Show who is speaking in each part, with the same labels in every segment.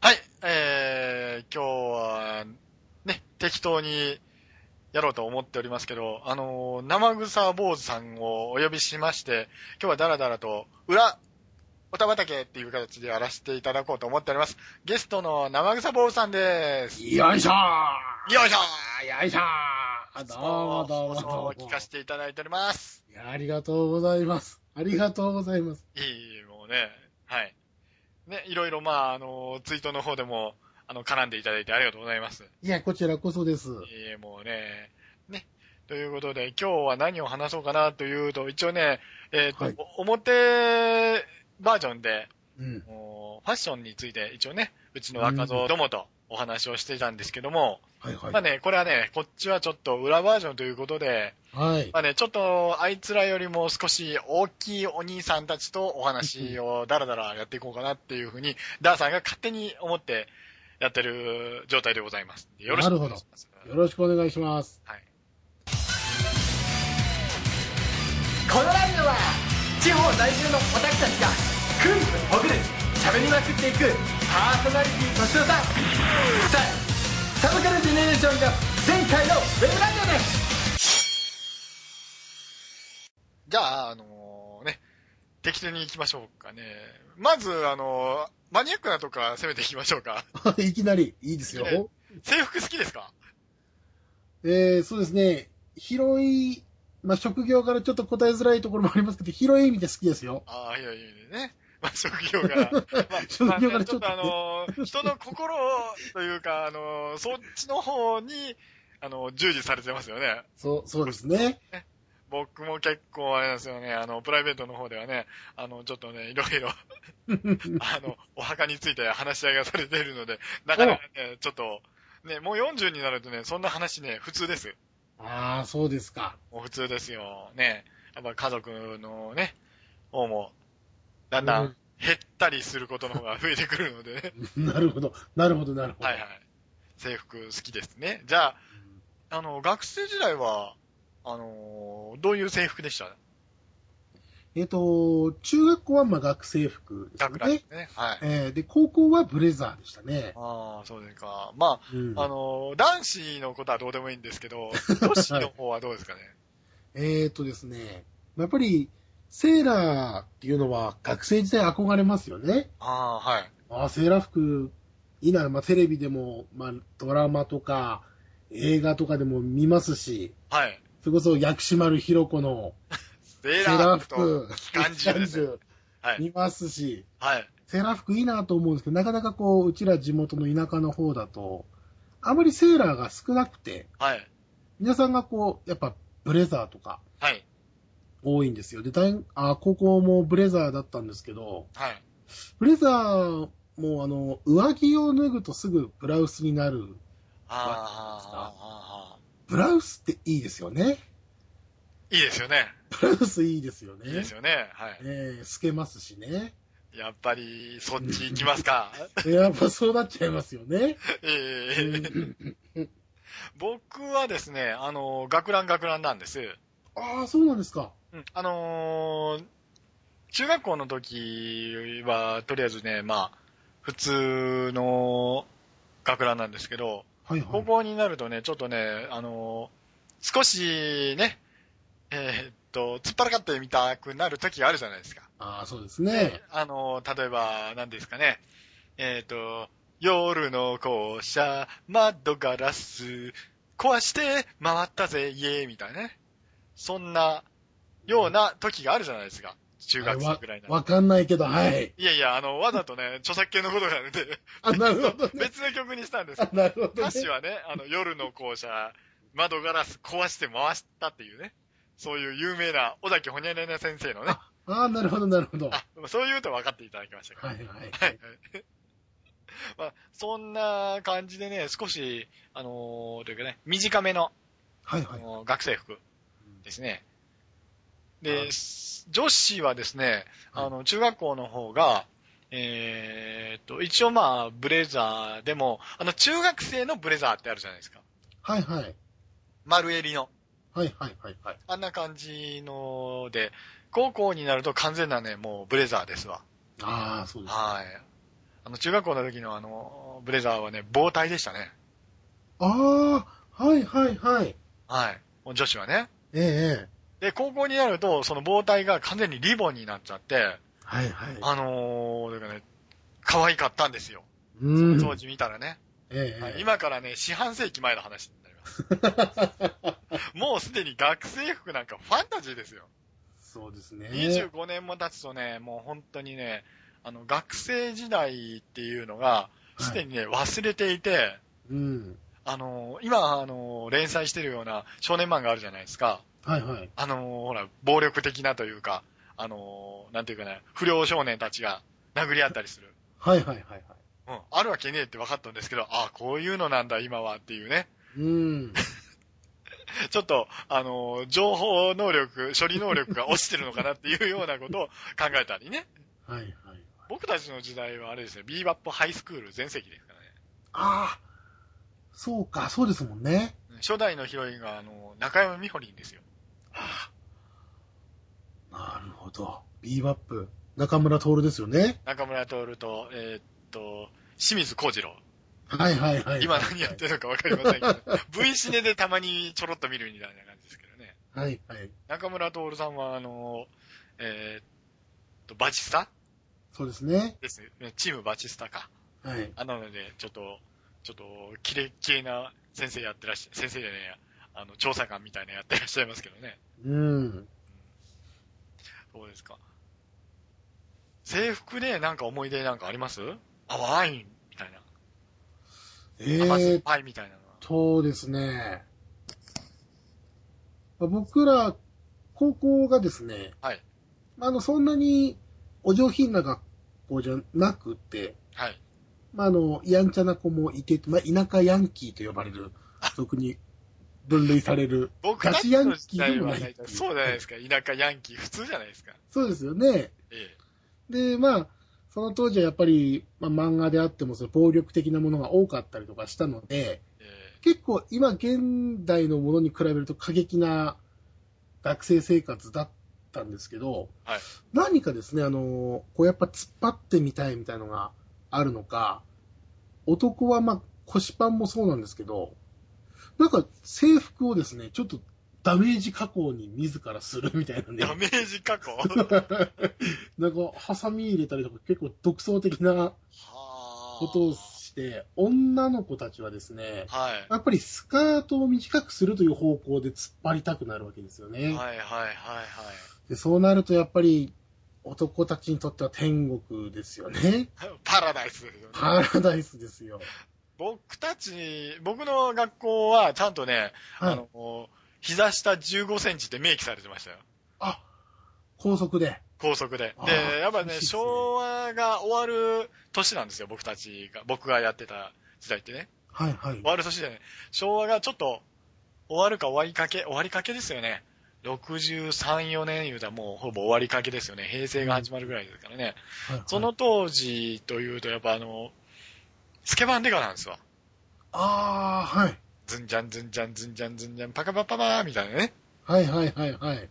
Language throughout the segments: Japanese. Speaker 1: はい、えー、今日は、ね、適当にやろうと思っておりますけど、あのー生草坊主さんをお呼びしまして、今日はダラダラと、裏、おたばたけっていう形でやらせていただこうと思っております。ゲストの生草坊主さんです。
Speaker 2: よいしょー
Speaker 1: よいしょ
Speaker 2: よいしょーどうもどうもどうも
Speaker 1: お。聞かせていただいております。
Speaker 2: いやありがとうございます。ありがとうございます。
Speaker 1: いい、もうね、はい。ね、いろいろ、まあ、あのーツイートの方でも、あの、絡んでいただいてありがとうございます。
Speaker 2: いや、こちらこそです。
Speaker 1: いえ、もうね、ね。ということで、今日は何を話そうかなというと、一応ね、えっ、と、
Speaker 2: はい
Speaker 1: お表バージョンで、
Speaker 2: うん。
Speaker 1: もうファッションについて一応ね、うちの若造どもとお話をしてたんですけども、
Speaker 2: はいはい。
Speaker 1: まあね、これはね、こっちはちょっと裏バージョンということで、
Speaker 2: はい。
Speaker 1: まあね、ちょっとあいつらよりも少し大きいお兄さんたちとお話をダラダラやっていこうかなっていうふうに、ダーさんが勝手に思ってやってる状態でございます。よろしくお願いします。
Speaker 2: よろしくお願いします。
Speaker 1: はい。
Speaker 3: このラジオは地方在住のオタクたちがくんくんほぐる喋りまくっていくパーソナリティ年の差さあサブカルジェネレーションが前回のウェブラジオです
Speaker 1: じゃあ、あのね、適当に行きましょうかね。まず、あのマニアックなとこから攻めていきましょうか。
Speaker 2: いきなり、いいです
Speaker 1: いきなり
Speaker 2: よ。
Speaker 1: 制服好きですか
Speaker 2: えー、そうですね。広い、まあ、職業からちょっと答えづらいところもありますけど、広い意味で好きですよ。
Speaker 1: ああ、いやいやいやね。まあ、職業 が。まあ、
Speaker 2: 職業から
Speaker 1: ち
Speaker 2: ち
Speaker 1: ょっ
Speaker 2: ょっとね
Speaker 1: とあの人の心というか、あのそっちの方に、あの従事されてますよね。
Speaker 2: そう、そうですね。
Speaker 1: 僕も結構あれなんですよね、あの、プライベートの方ではね、あの、ちょっとね、いろいろ、 あの、お墓について話し合いがされているので、なかなかね、ちょっと、ね、もう40になるとね、そんな話ね、普通です。
Speaker 2: ああ、そうですか。
Speaker 1: もう普通ですよ。ね、やっぱ家族のね、方も、だんだ
Speaker 2: うんん
Speaker 1: 減ったりすることの方が増えてくるので ね。
Speaker 2: なるほど。なるほど、なるほど。
Speaker 1: はいはい。制服好きですね。じゃあ、あの、学生時代は、あのどういう制服でした
Speaker 2: えっ、と、中学校はまあ学生服です
Speaker 1: 学ランで
Speaker 2: ね
Speaker 1: す。ね。はい。
Speaker 2: えーで、高校はブレザーでしたね。
Speaker 1: ああ、そうですか。ま
Speaker 2: うん
Speaker 1: あ、あの、男子のことはどうでもいいんですけど、女子の方はどうですかね。
Speaker 2: えー、とですね、やっぱりセーラーっていうのは学生時代憧れますよね。
Speaker 1: ああ、はい。
Speaker 2: ああ、セーラー服いいな、まあ、テレビでも、まあ、ドラマとか映画とかでも見ますし、
Speaker 1: はい。
Speaker 2: それこそ薬師丸ひろ子の
Speaker 1: セ
Speaker 2: セ
Speaker 1: ー
Speaker 2: ー
Speaker 1: ラ
Speaker 2: ラ
Speaker 1: ー
Speaker 2: ー
Speaker 1: 服と
Speaker 2: 服、
Speaker 1: 機関銃ですね。
Speaker 2: 機関銃
Speaker 1: はい。
Speaker 2: 見ますし、
Speaker 1: はい。
Speaker 2: セーラー服いいなと思うんですけど、なかなかこう、うちら地元の田舎の方だと、あまりセーラーが少なくて、
Speaker 1: はい。
Speaker 2: 皆さんがこう、やっぱブレザーとか、
Speaker 1: はい。
Speaker 2: 多いんですよ。で、大あ高校もブレザーだったんですけど、
Speaker 1: はい。
Speaker 2: ブレザーもあの、上着を脱ぐとすぐブラウスになる。
Speaker 1: ああ、
Speaker 2: ブラウスっていいですよね。
Speaker 1: いいですよね。
Speaker 2: ブラウスいいですよね。
Speaker 1: いいですよね。はい。
Speaker 2: ねえ透けますしね。
Speaker 1: やっぱり、そっち行きますか。
Speaker 2: やっぱそうなっちゃいますよね。
Speaker 1: ええ
Speaker 2: うん
Speaker 1: 僕はですね、あの、学ラン学ランなんです。
Speaker 2: ああ、そうなんですか。
Speaker 1: うんあのー中学校の時は、とりあえずね、まあ、普通の学ランなんですけど、
Speaker 2: はいは
Speaker 1: 高
Speaker 2: い。
Speaker 1: 校になるとね、ちょっとね、あのー少しね、えーっと、突っ張らかってみたくなる時があるじゃないですか。
Speaker 2: ああ、そうですね。
Speaker 1: あのー例えば、何ですかね、えーっと、夜の校舎、窓ガラス、壊して回ったぜ、イエーイみたいなね。そんな、ような時があるじゃないですか。中学生
Speaker 2: わ
Speaker 1: ぐらいなら
Speaker 2: わかんないけど、はい。
Speaker 1: いやいや、あの、わざとね、著作権のことがね、
Speaker 2: あ、なるほどね。
Speaker 1: 別の曲にしたんですけど
Speaker 2: あなるほど
Speaker 1: 歌詞
Speaker 2: ね。
Speaker 1: はね、あの、夜の校舎、窓ガラス壊して回したっていうね、そういう有名な尾崎ほにゃらら先生 のね、
Speaker 2: ああ、なるほど、なるほど。は
Speaker 1: あ、そういうと分かっていただきました
Speaker 2: い
Speaker 1: か。
Speaker 2: はい。
Speaker 1: はい。 まあ、そんな感じでね、少し、あのーというかね、短めの、
Speaker 2: はい
Speaker 1: あ
Speaker 2: はい。
Speaker 1: のー学生服ですね。
Speaker 2: は
Speaker 1: で
Speaker 2: い、
Speaker 1: 女子はですね、
Speaker 2: はい
Speaker 1: あの、中学校の方が、えーっと、一応まあ、ブレザーでも、あの、中学生のブレザーってあるじゃないですか。
Speaker 2: はいはい。
Speaker 1: 丸襟の。
Speaker 2: はいはいはいはい。
Speaker 1: あんな感じので、高校になると完全なね、もうブレザーですわ。
Speaker 2: ああ、そうです。
Speaker 1: はい。あの、中学校の時のあの、ブレザーはね、防体でしたね。
Speaker 2: ああ、はいはいはい。
Speaker 1: はい。女子はね。
Speaker 2: ええええ
Speaker 1: で、高校になると、その防体が完全にリボンになっちゃって、
Speaker 2: はいはい。
Speaker 1: あのー、というかね、可愛かったんですよ。
Speaker 2: うん。
Speaker 1: 当時見たらね。
Speaker 2: ええ
Speaker 1: はい
Speaker 2: え
Speaker 1: 今からね、四半世紀前の話になります。
Speaker 2: え
Speaker 1: もうすでに学生服なんかファンタジーですよ。
Speaker 2: そうですね。
Speaker 1: 25年も経つとね、もう本当にね、あの、学生時代っていうのが、すでにね、忘れていて、
Speaker 2: うん。
Speaker 1: あのー、今、あのー、連載してるような少年漫画あるじゃないですか。
Speaker 2: はいはい。
Speaker 1: あのー、ほら、暴力的なというか、あのー、なんていうかね、不良少年たちが殴り合ったりする。
Speaker 2: はいはいはいはい。
Speaker 1: うん、あるわけねえって分かったんですけど、ああ、こういうのなんだ、今はっていうね。
Speaker 2: うん。
Speaker 1: ちょっと、あのー、情報能力、処理能力が落ちてるのかなっていうようなことを 考えたりね。
Speaker 2: はいはい。
Speaker 1: 僕たちの時代はあれですね、ビーバップハイスクール全盛期ですからね。
Speaker 2: ああ、そうか、そうですもんね。
Speaker 1: うん初代のヒロインが、あのー、中山美穂凛ですよ。
Speaker 2: なるほど。ビーバップ、中村徹ですよね。
Speaker 1: 中村徹と、えーっと、清水幸次郎。
Speaker 2: はいはいはい。
Speaker 1: 今何やってるのか分かりませんけ ど、V シネでたまにちょろっと見るみたいな感じですけどね。
Speaker 2: はいはい。
Speaker 1: 中村徹さんは、あのー、えーっと、バチスタ
Speaker 2: そうですね。
Speaker 1: ですね。チームバチスタか。
Speaker 2: はい。
Speaker 1: あなので、ちょっと、ちょっと、キレッキレな先生やってらっしゃ、先生じゃねえや、あの、調査官みたいなやってらっしゃいますけどね。
Speaker 2: うん。
Speaker 1: そうですか。制服でなんか思い出なんかありますあ、ワインみたいな。
Speaker 2: え
Speaker 1: 甘酸っ
Speaker 2: ー、
Speaker 1: ぱいみたいなのは。
Speaker 2: そうですね。まあ僕ら、高校がですね、
Speaker 1: はい。
Speaker 2: まああの、そんなにお上品な学校じゃなくて、
Speaker 1: はい。
Speaker 2: まあ、あの、やんちゃな子もいて、まあ、田舎ヤンキーと呼ばれる、俗に分類される。
Speaker 1: 僕
Speaker 2: ガ
Speaker 1: た
Speaker 2: チ
Speaker 1: ち
Speaker 2: ヤ
Speaker 1: の
Speaker 2: ンキ
Speaker 1: 時
Speaker 2: ー
Speaker 1: 代
Speaker 2: でもな
Speaker 1: はいねそうじゃないですか。田舎ヤンキー普通じゃないですか。
Speaker 2: そうですよね。
Speaker 1: え
Speaker 2: で、まあ、その当時はやっぱり、まあ、漫画であっても、その暴力的なものが多かったりとかしたので、
Speaker 1: え。え
Speaker 2: 結構今現代のものに比べると過激な学生生活だったんですけど、
Speaker 1: え。はい。
Speaker 2: 何かですね、あの、こうやっぱ突っ張ってみたいみたいのがあるのか、男はまあ腰パンもそうなんですけど、なんか制服をですね、ちょっとダメージ加工に自らするみたいなね。
Speaker 1: ダメージ加工
Speaker 2: なんか、ハサミ入れたりとか結構独創的な
Speaker 1: は
Speaker 2: ことをして、女の子たちはですね、
Speaker 1: あ。はい。
Speaker 2: やっぱりスカートを短くするという方向で突っ張りたくなるわけですよね。
Speaker 1: はいはいはいはい。
Speaker 2: でそうなるとやっぱり男たちにとっては天国ですよね。
Speaker 1: パラダイスですよね。
Speaker 2: パラダイスですよ。
Speaker 1: 僕たち、僕の学校はちゃんとね、
Speaker 2: はい
Speaker 1: あの、膝下15センチって明記されてましたよ。
Speaker 2: あ、高速で。
Speaker 1: 高速で
Speaker 2: あ。ー
Speaker 1: で、やっぱ
Speaker 2: 厳しい
Speaker 1: ね、
Speaker 2: ですね
Speaker 1: 昭和が終わる年なんですよ、僕たちが、僕がやってた時代ってね。
Speaker 2: はいはい
Speaker 1: 終。わる年でね、昭和がちょっと終わるか終わりかけ、終わりかけですよね。63、4年言うたらもうほぼ終わりかけですよね。平成が始まるぐらいですからね。
Speaker 2: はいはい
Speaker 1: その、当時というと、やっぱあの、スケバンデカなんですわ。
Speaker 2: ああ、はい。
Speaker 1: ズンジャンズンジャンズンジャンズンジャンパカパパパーみたいなね。
Speaker 2: はいはいはいはい。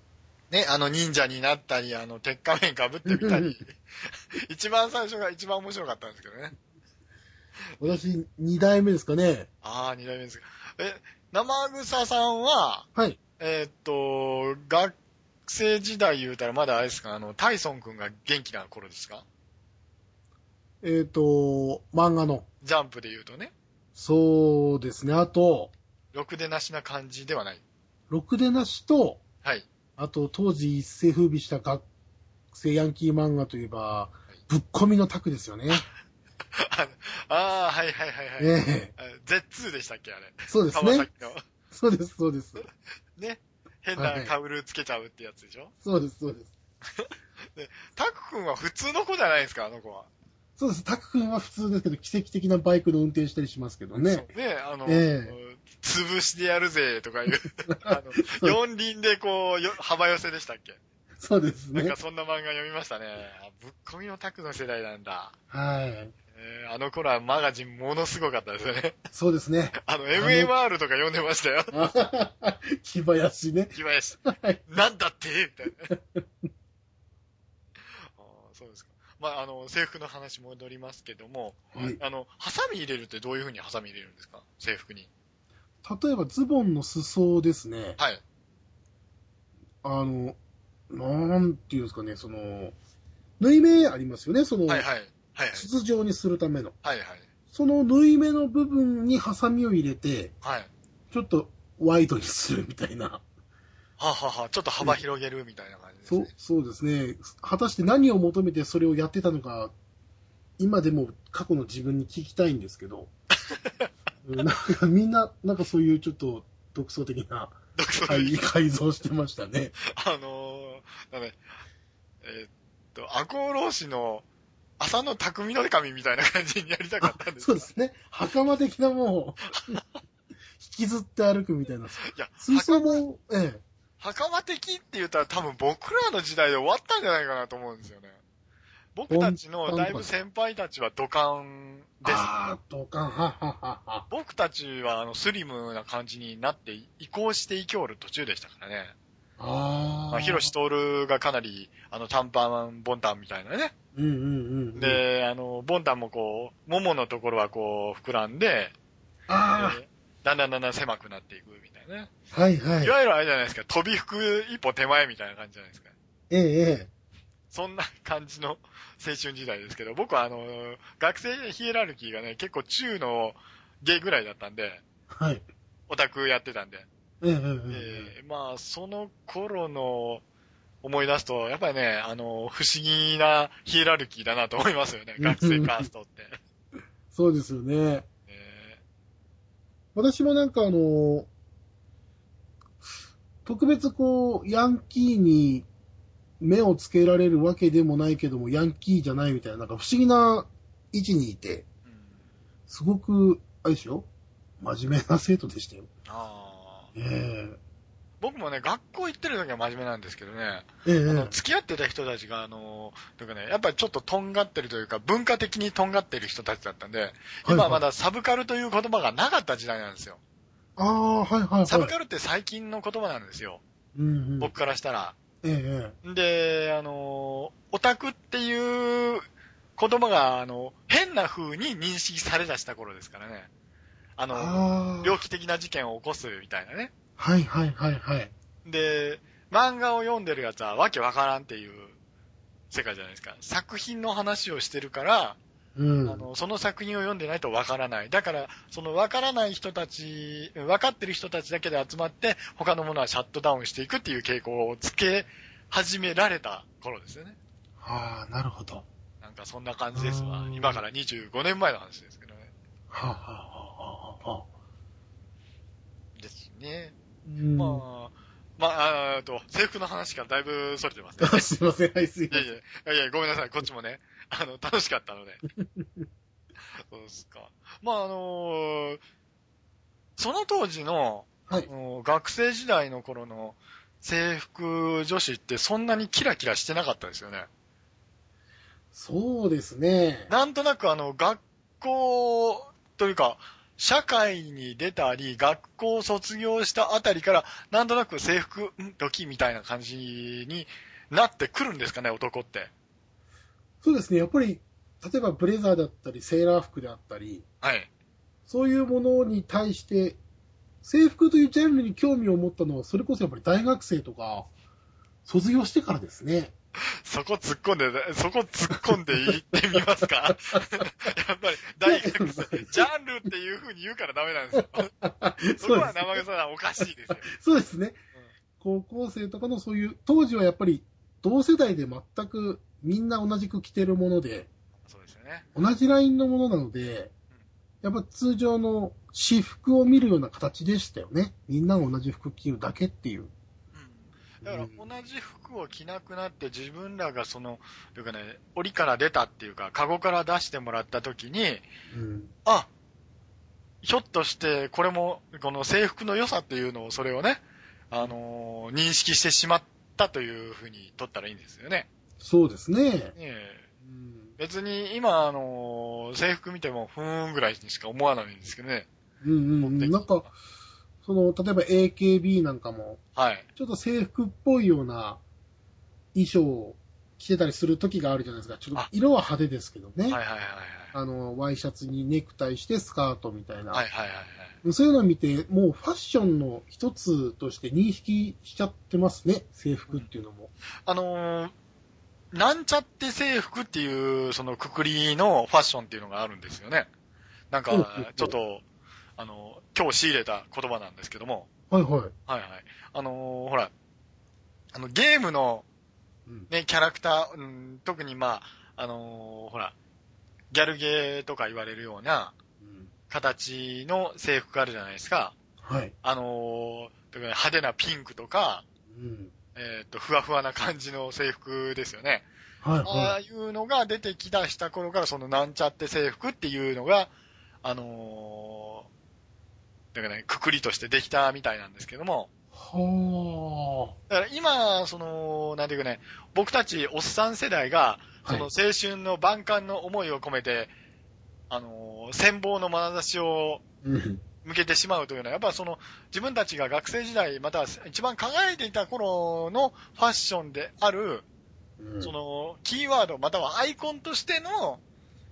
Speaker 1: ね、あの忍者になったり、あの鉄仮面被ってみたり。 一番最初が一番面白かったんですけどね。
Speaker 2: 私、二代目ですかね。
Speaker 1: ああ、二代目ですか。え、生草さんは、
Speaker 2: はい。
Speaker 1: えーっと、学生時代言うたらまだあれですか、あの、タイソン君が元気な頃ですか
Speaker 2: えっ、と、漫画の。
Speaker 1: ジャンプで言うとね、
Speaker 2: そうですね。あと、
Speaker 1: ろくでなしな感じではない。
Speaker 2: ろくでなしと、
Speaker 1: はい。
Speaker 2: あと当時一世風靡した学生ヤンキー漫画といえば、ぶっ込みのタクですよね。
Speaker 1: ああー、はいはいはいはい。
Speaker 2: ええ
Speaker 1: あ Z2 でしたっけあれ。
Speaker 2: そうです
Speaker 1: 川
Speaker 2: ね
Speaker 1: 崎。の。
Speaker 2: そうです、そうです。
Speaker 1: ね。変
Speaker 2: はいは
Speaker 1: ないカウルつけちゃうってやつでしょ
Speaker 2: そうです、そうです。
Speaker 1: タク君は普通の子じゃないですか、あの子は。
Speaker 2: そうです。タク君は普通ですけど、奇跡的なバイクの運転したりしますけどね。
Speaker 1: ね、あの、
Speaker 2: え
Speaker 1: 潰してやるぜとか いう、あの、四輪でこう、よ幅寄せでしたっけ
Speaker 2: そうです
Speaker 1: なん
Speaker 2: ね
Speaker 1: か。そんな漫画読みましたね。あぶっ込みのタクの世代なんだ。
Speaker 2: はい。
Speaker 1: えーあの頃はマガジンものすごかったですよね。
Speaker 2: そうですね。
Speaker 1: あの、MMR とか読んでましたよ。
Speaker 2: あははは木林ね。
Speaker 1: 木林。
Speaker 2: はい。
Speaker 1: なんだってみたいな。あーそうですか。まあ、あの、制服の話戻りますけども、
Speaker 2: はい。
Speaker 1: あの、ハサミ入れるってどういう風にハサミ入れるんですか制服に。
Speaker 2: 例えばズボンの裾ですね、
Speaker 1: はい。
Speaker 2: あの、なんていうんですかね、その、縫い目ありますよね、その、
Speaker 1: はいはい。はいはい。
Speaker 2: 筒状にするための。
Speaker 1: はいはい。
Speaker 2: その縫い目の部分にハサミを入れて、
Speaker 1: はい。
Speaker 2: ちょっとワイドにするみたいな。
Speaker 1: はあはあはあ、ちょっと幅広げるみたいな感じです
Speaker 2: そ
Speaker 1: ね
Speaker 2: う。、 そうですね。果たして何を求めてそれをやってたのか、今でも過去の自分に聞きたいんですけど、 うんなんかみんな、なんかそういうちょっと独創的な
Speaker 1: 独創的
Speaker 2: 改改造してましたね。
Speaker 1: あのー、なんだねえーっと、赤穂浪士の浅野匠の神みたいな感じにやりたかったんです
Speaker 2: そうですね。袴的なもう、 引きずって歩くみたいな。
Speaker 1: いや、
Speaker 2: 裾も、ええ。
Speaker 1: 袴的って言ったら多分僕らの時代で終わったんじゃないかなと思うんですよね。僕たちのだいぶ先輩たちは土管です。
Speaker 2: ああ、ドカン、はっはっはっは。
Speaker 1: 僕たちはあのスリムな感じになって移行していきおる途中でしたからね。
Speaker 2: あ
Speaker 1: ま
Speaker 2: あ。
Speaker 1: あ、ヒロシトールがかなりあの短パン、ボンタンみたいなね。
Speaker 2: うんうんうんうん。、
Speaker 1: で、あの、ボンタンもこう、もものところはこう膨らんで、
Speaker 2: あ
Speaker 1: えーだんだんだんだん狭くなっていくみたいなね。
Speaker 2: あ、はいはいい。
Speaker 1: わゆるあれじゃないですか、飛び服一歩手前みたいな感じじゃないですか。
Speaker 2: ええ、え
Speaker 1: そんな感じの青春時代ですけど、僕はあの、学生ヒエラルキーがね、結構中の下ぐらいだったんで、
Speaker 2: え。はい。
Speaker 1: オタクやってたんで、
Speaker 2: ええ、え
Speaker 1: え
Speaker 2: えええ。
Speaker 1: ーまあ、その頃の思い出すと、やっぱりね、あの、不思議なヒエラルキーだなと思いますよね、学生カーストって。
Speaker 2: そうですよね。
Speaker 1: え
Speaker 2: 私もなんかあの、特別こう、ヤンキーに目をつけられるわけでもないけども、ヤンキーじゃないみたいな、なんか不思議な位置にいて、
Speaker 1: ーうん、
Speaker 2: すごく、あれでしょ真面目な生徒でしたよ。
Speaker 1: あー
Speaker 2: ええ
Speaker 1: 僕もね、学校行ってる時は真面目なんですけどね、
Speaker 2: え
Speaker 1: あ
Speaker 2: え
Speaker 1: の
Speaker 2: え
Speaker 1: 付き合ってた人たちが、あの、というかね、やっぱりちょっととんがってるというか、文化的にとんがってる人たちだったんで、
Speaker 2: え
Speaker 1: 今はま。だサブカルという言葉がなかった時代なんですよ。
Speaker 2: ああ、はいはいはい。
Speaker 1: サブカルって最近の言葉なんですよ。
Speaker 2: うんうん。
Speaker 1: 僕からしたら。
Speaker 2: えええ
Speaker 1: で、あの、オタクっていう言葉が、あの、変な風に認識されだした頃ですからね。あ
Speaker 2: え。
Speaker 1: の、
Speaker 2: ああ。
Speaker 1: 猟奇的な事件を起こすみたいなね。
Speaker 2: はいはいはいはい。
Speaker 1: で、漫画を読んでるやつはわけわからんっていう世界じゃないですか。作品の話をしてるから、
Speaker 2: うん。
Speaker 1: あのその作品を読んでないとわからない。だから、そのわからない人たち、分かってる人たちだけで集まって、他のものはシャットダウンしていくっていう傾向をつけ始められた頃ですよね。
Speaker 2: ああ、なるほど。は
Speaker 1: なんかそんな感じですわ
Speaker 2: う。ん
Speaker 1: 今から25年前の話ですけどね。
Speaker 2: あ、はあはあはあはあ。
Speaker 1: ですね。
Speaker 2: うん
Speaker 1: まあ、まあ、あーと、制服の話からだいぶ逸れてますね。
Speaker 2: あすいません、 はい、すい
Speaker 1: い
Speaker 2: ま
Speaker 1: や
Speaker 2: せん
Speaker 1: い。や、いやいや、ごめんなさい。こっちもね、あの、楽しかったので。そうですか。まあ、あのーその当時の、
Speaker 2: はい
Speaker 1: あのー学生時代の頃の制服女子ってそんなにキラキラしてなかったですよね。
Speaker 2: そうですね。
Speaker 1: なんとなくあの、学校というか、社会に出たり、学校を卒業したあたりから、なんとなく制服、んドキみたいな感じになってくるんですかね、男って。
Speaker 2: そうですね。やっぱり、例えばブレザーだったり、セーラー服であったり、
Speaker 1: はい。
Speaker 2: そういうものに対して、制服というジャンルに興味を持ったのは、それこそやっぱり大学生とか、卒業してからですね。
Speaker 1: そこ突っ込んで、 そこ突っ込んでいってみますか やっぱり大学生、ジャンルっていう風に言うからダメなんですよ。 そこ
Speaker 2: そうで
Speaker 1: は
Speaker 2: すね。
Speaker 1: 生臭さんおかしいですよ。
Speaker 2: そうですね。高校生とかのそういう、当時はやっぱり、同世代で全くみんな同じく着てるもので、
Speaker 1: そうですよね。
Speaker 2: 同じラインのものなので、やっぱ通常の私服を見るような形でしたよね。みんなが同じ服着るだけっていう。
Speaker 1: うん。だから
Speaker 2: うん
Speaker 1: 同じ服を着なくなって自分らがその、というかね、檻から出たっていうか、カゴから出してもらった時に、
Speaker 2: うん
Speaker 1: あひょっとして、これも、この制服の良さっていうのを、それをね、あのー認識してしまったという風に取ったらいいんですよね。
Speaker 2: そうですね。
Speaker 1: ねえ別に今、あのー制服見ても、ふーんぐらいにしか思わないんですけどね。
Speaker 2: うんうんうん。なんか、その、例えば AKB なんかも、
Speaker 1: はい。
Speaker 2: ちょっと制服っぽいような衣装着てたりする時があるじゃないですか。ちょっと
Speaker 1: あ
Speaker 2: 色は派手ですけどね。
Speaker 1: はいはいはい
Speaker 2: あの、ワイシャツにネクタイしてスカートみたいな。
Speaker 1: はい。はいはいはいはい。
Speaker 2: そういうのを見て、もうファッションの一つとして認識しちゃってますね。制服っていうのも。
Speaker 1: あのーなんちゃって制服っていう、そのくくりのファッションっていうのがあるんですよね。なん
Speaker 2: うんうんうん
Speaker 1: か、ちょっと、あの、今日仕入れた言葉なんですけども、
Speaker 2: はいはい。
Speaker 1: はいはい。あのーほら、あの、ゲームの
Speaker 2: うん
Speaker 1: ね、キャラクター、うん、特にまあ、あのーほら、ギャルゲーとか言われるような
Speaker 2: うん
Speaker 1: 形の制服があるじゃないですか。
Speaker 2: はい。
Speaker 1: あのー特に派手なピンクとか、
Speaker 2: うん。
Speaker 1: えーっと、ふわふわな感じの制服ですよね。
Speaker 2: はい
Speaker 1: ああ
Speaker 2: はい。
Speaker 1: いうのが出てきだした頃から、そのなんちゃって制服っていうのが、あのーだからね、くくりとしてできたみたいなんですけども、
Speaker 2: は
Speaker 1: だから今、その、なんていうかね、僕たちおっさん世代が、
Speaker 2: あ。
Speaker 1: その
Speaker 2: は
Speaker 1: 青
Speaker 2: い。
Speaker 1: 春の万感の思いを込めて、あのー、戦望の眼差しを
Speaker 2: うん
Speaker 1: 向けてしまうというのは、やっぱその、自分たちが学生時代、または一番輝いていた頃のファッションである、
Speaker 2: うん
Speaker 1: その、キーワード、またはアイコンとしての、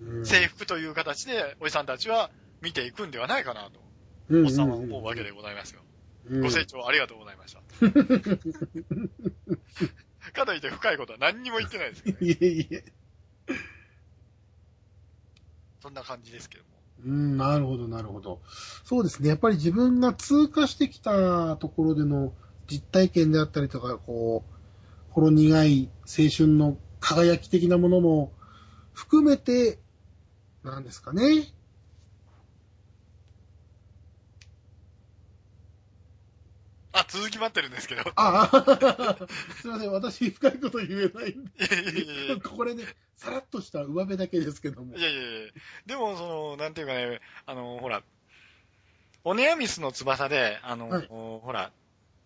Speaker 2: うん
Speaker 1: 制服という形で、おじさんたちは見ていくんではないかなと、
Speaker 2: うんうんうん
Speaker 1: おっさんは思うわけでございますよ。
Speaker 2: うん
Speaker 1: ご清聴ありがとうござい ました。かといって深いことは何にも言ってないですけどね。
Speaker 2: いえいえ。
Speaker 1: そんな感じですけども。
Speaker 2: うん、なるほど、なるほど。そうですね。やっぱり自分が通過してきたところでの実体験であったりとか、こう、ほろ苦い青春の輝き的なものも含めて、なんですかね。
Speaker 1: あ、続き待ってるんですけど。い
Speaker 2: あ あ、すいません。私、深いこと言えないん
Speaker 1: やいやいやいや
Speaker 2: で。これね、さらっとした上辺だけですけども
Speaker 1: い。やいやいや。でも、その、なんていうかね、あの、ほら、オネアミスの翼で、あの、
Speaker 2: はい
Speaker 1: ほら、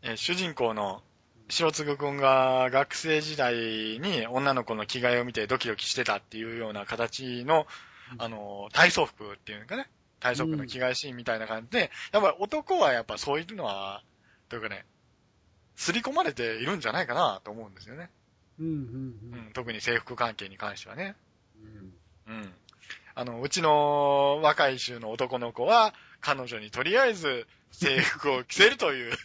Speaker 1: えー主人公の白継くんが学生時代に女の子の着替えを見てドキドキしてたっていうような形の、あの、体操服っていうのかね、体操服の着替えシーンみたいな感じで、やっぱり男はやっぱそういうのは、というかね、刷り込まれているんじゃないかなと思うんですよね。
Speaker 2: うん、うん、
Speaker 1: う
Speaker 2: うん
Speaker 1: ん、特に制服関係に関してはね。
Speaker 2: う
Speaker 1: う
Speaker 2: ん。
Speaker 1: ん。あの、うちの若い衆の男の子は、彼女にとりあえず制服を着せるという、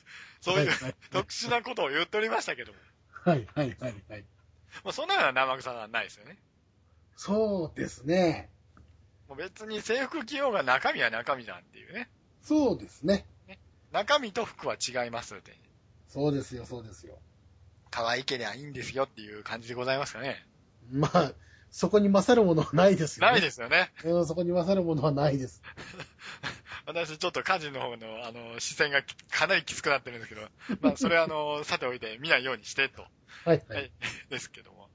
Speaker 1: そういう
Speaker 2: はい
Speaker 1: 特殊なことを言っておりましたけども。
Speaker 2: はい、はい、はい、はい。
Speaker 1: まあ、そんなような生臭さはないですよね。
Speaker 2: そうですね。
Speaker 1: もう別に制服着ようが中身は中身なんっていうね。
Speaker 2: そうですね。
Speaker 1: 中身と服は違いますって。
Speaker 2: そうですよ、そうですよ。
Speaker 1: 可愛けりゃいいんですよっていう感じでございますかね。
Speaker 2: まあ、そこに勝るものはないですよ、ね。。
Speaker 1: ないですすよね。
Speaker 2: うん、そこに勝るものはないです。
Speaker 1: 私ちょっと家事の方の、あの、視線がかなりきつくなってるんですけど、まあそれはあの、さておいて見ないようにしてと。
Speaker 2: はい、は
Speaker 1: はいい。ですけども。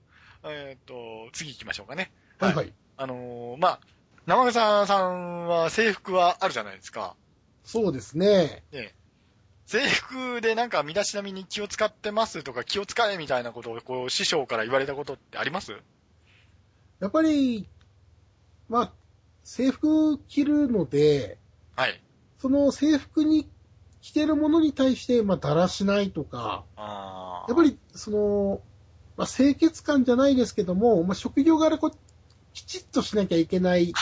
Speaker 1: えーっと、次行きましょうかね。
Speaker 2: はい、はい。
Speaker 1: あのーまあ、生草さんは制服はあるじゃないですか。
Speaker 2: そうですね。
Speaker 1: 制服でなんか身だしなみに気を使ってますとか気を使えみたいなことをこう師匠から言われたことってあります
Speaker 2: やっぱり、まあ、制服着るので、
Speaker 1: はい。
Speaker 2: その制服に着てるものに対して、まあ、だらしないとか、
Speaker 1: あ
Speaker 2: やっぱり、その、まあ、清潔感じゃないですけども、まあ、職業柄こう、きちっとしなきゃいけない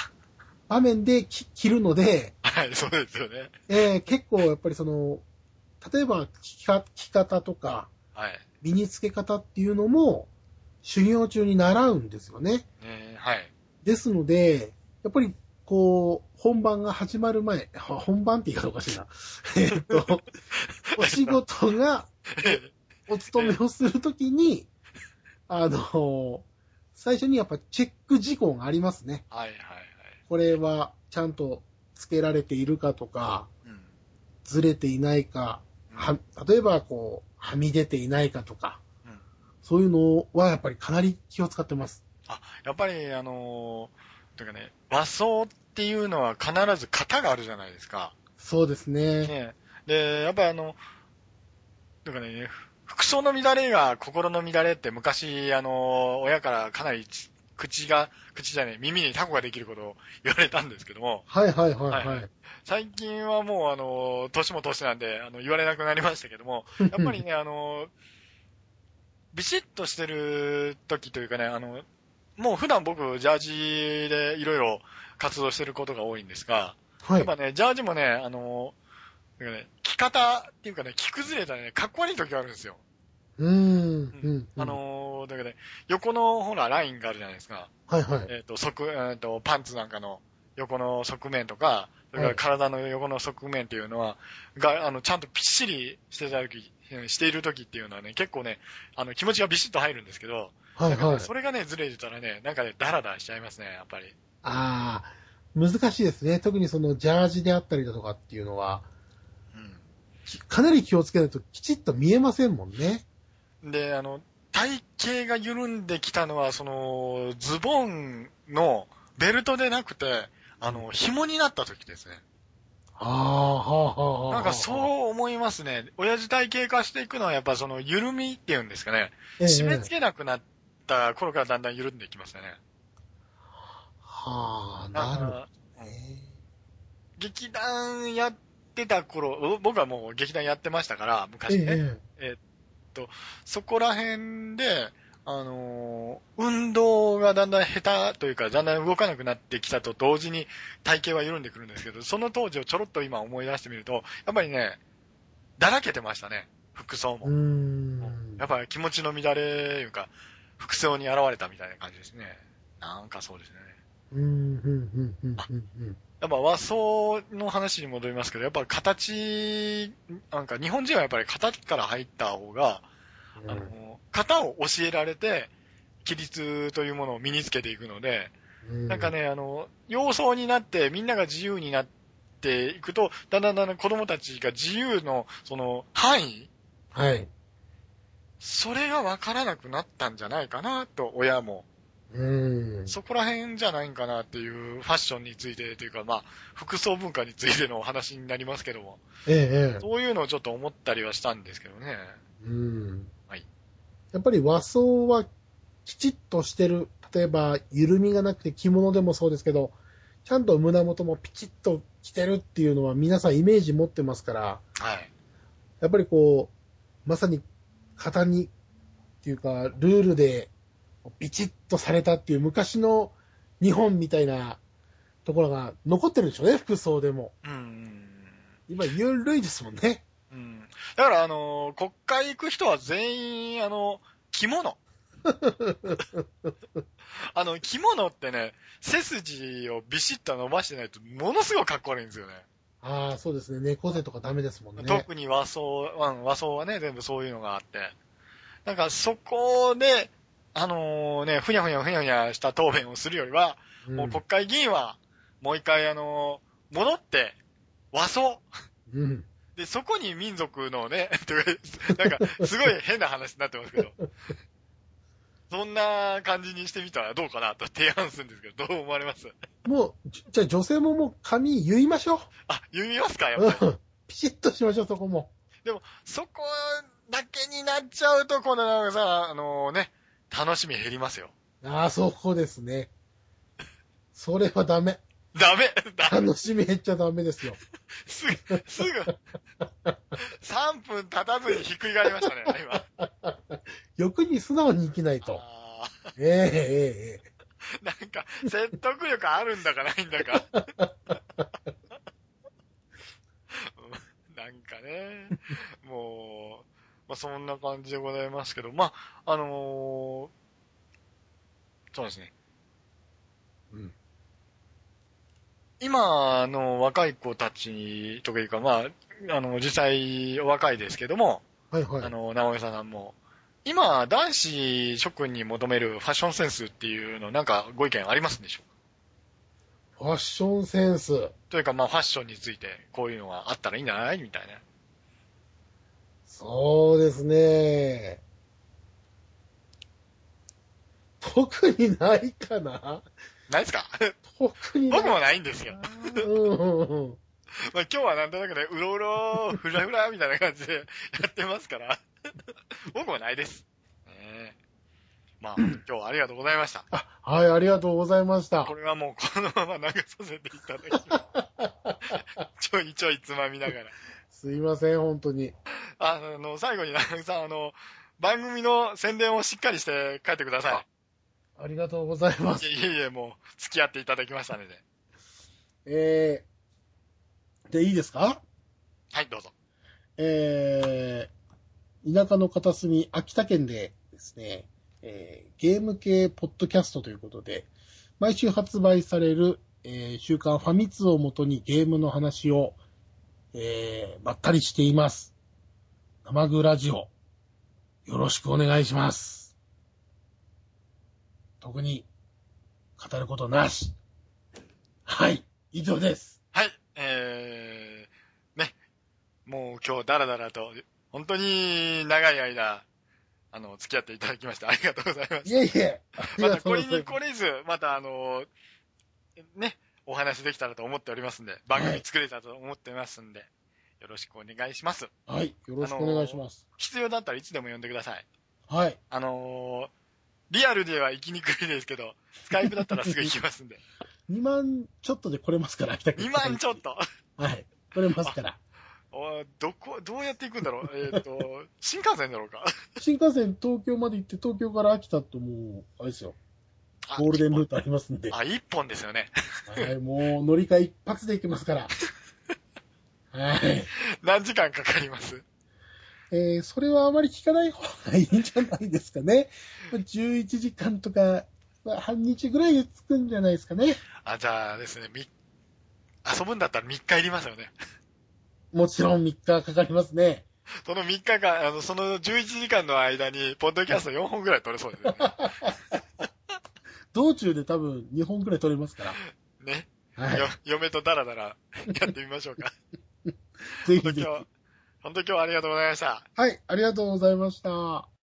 Speaker 2: 場面でき着るので、
Speaker 1: はい、そうですよね。
Speaker 2: えー結構やっぱりその、例えば着か着方とか、
Speaker 1: はい。
Speaker 2: 身につけ方っていうのも修行中に習うんですよね。
Speaker 1: ねはい。
Speaker 2: ですので、やっぱりこう、本番が始まる前、 あ本番って言い方おかしいな。 えーっと、お仕事が、お勤めをするときに、あの、最初にやっぱチェック事項がありますね。
Speaker 1: はいはいはい。
Speaker 2: これはちゃんとつけられているかとか、
Speaker 1: うん。
Speaker 2: ずれていないか、は、例えばこう、はみ出ていないかとか、
Speaker 1: うん
Speaker 2: そういうのはやっぱりかなり気を使ってます。
Speaker 1: あ、やっぱりあのーというかね、和装っていうのは必ず型があるじゃないですか。
Speaker 2: そうですね。
Speaker 1: ねで、やっぱりあの、というかね、服装の乱れが心の乱れって昔、あの、親からかなりち口が、口じゃない、耳にタコができることを言われたんですけども、
Speaker 2: はいはいはい
Speaker 1: は
Speaker 2: はいい。
Speaker 1: 最近はもう、あの、年も年なんで、あの、言われなくなりましたけども、やっぱりね、あの、ビシッとしてる時というかね、あの、もう普段僕、ジャージでいろいろ活動してることが多いんですが、
Speaker 2: はい。
Speaker 1: 今ね、ジャージもね、あの、なんかね、着方っていうかね、着崩れたらね、かっこ悪い時があるんですよ。
Speaker 2: うーん。うん。
Speaker 1: あ、のーだからね、横のほら、ラインがあるじゃないですか。
Speaker 2: はいはい。
Speaker 1: えっ、と、側、えーと、パンツなんかの横の側面とか、それから体の横の側面っていうのは、が、あの、ちゃんとぴっしりしてた時、している時っていうのはね、結構ね、あの、気持ちがビシッと入るんですけど、
Speaker 2: はい
Speaker 1: なんかね
Speaker 2: はい。
Speaker 1: それがね、ずれてたらね、なんかね、ダラダラしちゃいますね、やっぱり。
Speaker 2: ああ、難しいですね。特にそのジャージであったりだとかっていうのは、きかなり気をつけないときちっと見えませんもんね。
Speaker 1: うん。で、あの、体型が緩んできたのは、その、ズボンのベルトでなくて、あの、紐になった時ですね。
Speaker 2: ああ、はあはあはあ。
Speaker 1: なんかそう思いますね。親父体系化していくのはやっぱその緩みっていうんですかね。
Speaker 2: ええ
Speaker 1: 締め付けなくなった頃からだんだん緩んでいきましたね。
Speaker 2: はあ、
Speaker 1: だ
Speaker 2: な
Speaker 1: から
Speaker 2: るほどね。
Speaker 1: 劇団やってた頃、う僕はもう劇団やってましたから、
Speaker 2: え
Speaker 1: 昔ね。
Speaker 2: え
Speaker 1: そこら辺で、あのー運動がだんだん下手というか、だんだん動かなくなってきたと同時に体型は緩んでくるんですけど、その当時をちょろっと今思い出してみると、やっぱりね、だらけてましたね、服装も
Speaker 2: うー。ん。
Speaker 1: やっぱり気持ちの乱れいうか、服装に現れたみたいな感じですね。なんかそうですね。
Speaker 2: うん、うん、うん、うん、うん。
Speaker 1: やっぱ和装の話に戻りますけど、やっぱ形、なんか日本人はやっぱり型から入った方が、あの、型を教えられて、規律というものを身につけていくので、
Speaker 2: うん
Speaker 1: なんか、ね、あの、様相になって、みんなが自由になっていくと、だんだんだんだん子供たちが自由の、その、範囲
Speaker 2: はい。
Speaker 1: それが分からなくなったんじゃないかなと、親も。
Speaker 2: うん。
Speaker 1: そこら辺じゃないんかなっていうファッションについてというか、まあ、服装文化についてのお話になりますけども、
Speaker 2: ええええ。
Speaker 1: そういうのをちょっと思ったりはしたんですけどね。
Speaker 2: うん
Speaker 1: はい
Speaker 2: やっぱり和装はきちっとしてる。例えば、緩みがなくて着物でもそうですけど、ちゃんと胸元もピチッと着てるっていうのは皆さんイメージ持ってますから、
Speaker 1: はい。
Speaker 2: やっぱりこう、まさに型に、っていうか、ルールでピチッとされたっていう昔の日本みたいなところが残ってるんでしょうね、服装でも。
Speaker 1: うん。
Speaker 2: 今、ゆるいですもんね。
Speaker 1: うん。だから、あの、国会行く人は全員、あの、着 物。あの、着物ってね、背筋をビシッと伸ばしてないと、ものすごくかっこ悪いんですよね。
Speaker 2: ああ、そうですね。猫背とかダメですもんね。
Speaker 1: 特に和装、うん和装はね、全部そういうのがあって。なんかそこで、あのね、ふにゃふにゃふにゃふにゃした答弁をするよりは、
Speaker 2: うん
Speaker 1: もう国会議員は、もう一回あの戻って、和装。
Speaker 2: うん。
Speaker 1: で、そこに民族のね、 というかなんか、すごい変な話になってますけど、そんな感じにしてみたらどうかなと提案するんですけど、どう思われます
Speaker 2: もう、じじゃあ女性ももう髪結いましょ
Speaker 1: あ、言いますかやっ
Speaker 2: う。う
Speaker 1: ぱり。
Speaker 2: ん。 ピシッとしましょう、そこも。
Speaker 1: そこだけになっちゃうと、このなんかさ、あのね、楽しみ減りますよ。
Speaker 2: ああ、そこですね。それはダメ。
Speaker 1: ダメダメ
Speaker 2: 楽しみ減っちゃダメですよ。
Speaker 1: すぐ、すぐ、3分経たずにひっくり返りましたね、今。
Speaker 2: 欲に素直に生きないと。
Speaker 1: あ
Speaker 2: ええええええ
Speaker 1: ー なんか、説得力あるんだかないんだか。うんなんかね、もう、まあ、そんな感じでございますけど、まあ、あのーそうですね。
Speaker 2: うん。
Speaker 1: 今の若い子たちとかいうか、まあ、あの、実際お若いですけども、
Speaker 2: はいはい。
Speaker 1: あの、直江さんも、今、男子諸君に求めるファッションセンスっていうの、なんかご意見ありますんでしょうか
Speaker 2: ファッションセンス。
Speaker 1: というか、まあ、ファッションについて、こういうのはあったらいいんじゃないみたいな。
Speaker 2: そうですね。特にないかな
Speaker 1: ないで すか
Speaker 2: 特にない
Speaker 1: 僕。もないんですよ。
Speaker 2: うんうんうん。
Speaker 1: まあ、今日はなんとなくね、うろうろ、ふらふらみたいな感じでやってますから、 僕もないです。ねえ まあ、今日はありがとうございました。
Speaker 2: はい、ありがとうございました
Speaker 1: こ。れはもうこのまま流させていただき ます。ちょいちょいつまみながら。
Speaker 2: すいません、本当に。
Speaker 1: あの、最後に、中井さん、あの、番組の宣伝をしっかりして帰ってくださ
Speaker 2: ありがとうございます
Speaker 1: い。。いえいえ、もう、付き合っていただきましたので。
Speaker 2: えー、で、いいですか
Speaker 1: はい、どうぞ。
Speaker 2: えー、田舎の片隅、秋田県でですね、えーゲーム系ポッドキャストということで、毎週発売される、えー週刊ファミツをもとにゲームの話を、えーばっかりしています。生グラジオ、よろしくお願いします。特に、語ることなし。はい、以上です。
Speaker 1: はい、えー、ね、もう今日ダラダラと、本当に長い間、あの、付き合っていただきましてありがとうございます。
Speaker 2: いえいえ、あり
Speaker 1: ま
Speaker 2: が
Speaker 1: た
Speaker 2: と
Speaker 1: こ
Speaker 2: うご
Speaker 1: れ
Speaker 2: ざい
Speaker 1: に
Speaker 2: ます。
Speaker 1: これず、またあの、ね、お話できたらと思っておりますんで、番組作れたと思ってますんで、よろしくお願いします。
Speaker 2: はい、よろしくお願いします。
Speaker 1: 必要だったらいつでも呼んでください。
Speaker 2: はい。
Speaker 1: あのーリアルでは行きにくいですけど、スカイプだったらすぐ行きますんで。
Speaker 2: 2万ちょっとで来れますから、秋田県。
Speaker 1: 2万ちょっと。
Speaker 2: はい。来れますから。
Speaker 1: おどこ、どうやって行くんだろうえっ、 と、新幹線だろうか
Speaker 2: 新幹線東京まで行って、東京から秋田ともう、あれですよ、
Speaker 1: あ
Speaker 2: ゴールデンルートありますんで。は
Speaker 1: あ、1本ですよね。
Speaker 2: い、もう乗り換え一発で行けますから。はい。
Speaker 1: 何時間かかります
Speaker 2: えー、それはあまり聞かない方がいいんじゃないですかね。11時間とか、まあ半日ぐらいで着くんじゃないですかね。
Speaker 1: あ、じゃあですね、み、遊ぶんだったら3日いりますよね。
Speaker 2: もちろん3日かかりますね。
Speaker 1: その3日間、あの、その11時間の間に、ポッドキャスト4本ぐらい撮れそうですよ
Speaker 2: 道中で多分2本くらい取れますから。
Speaker 1: ね。 ね、
Speaker 2: はい
Speaker 1: よ。嫁とダラダラやってみましょうか。
Speaker 2: ぜひ
Speaker 1: 本当
Speaker 2: ぜひ。
Speaker 1: 今日、本当今日はありがとうございました。
Speaker 2: はい、ありがとうございました。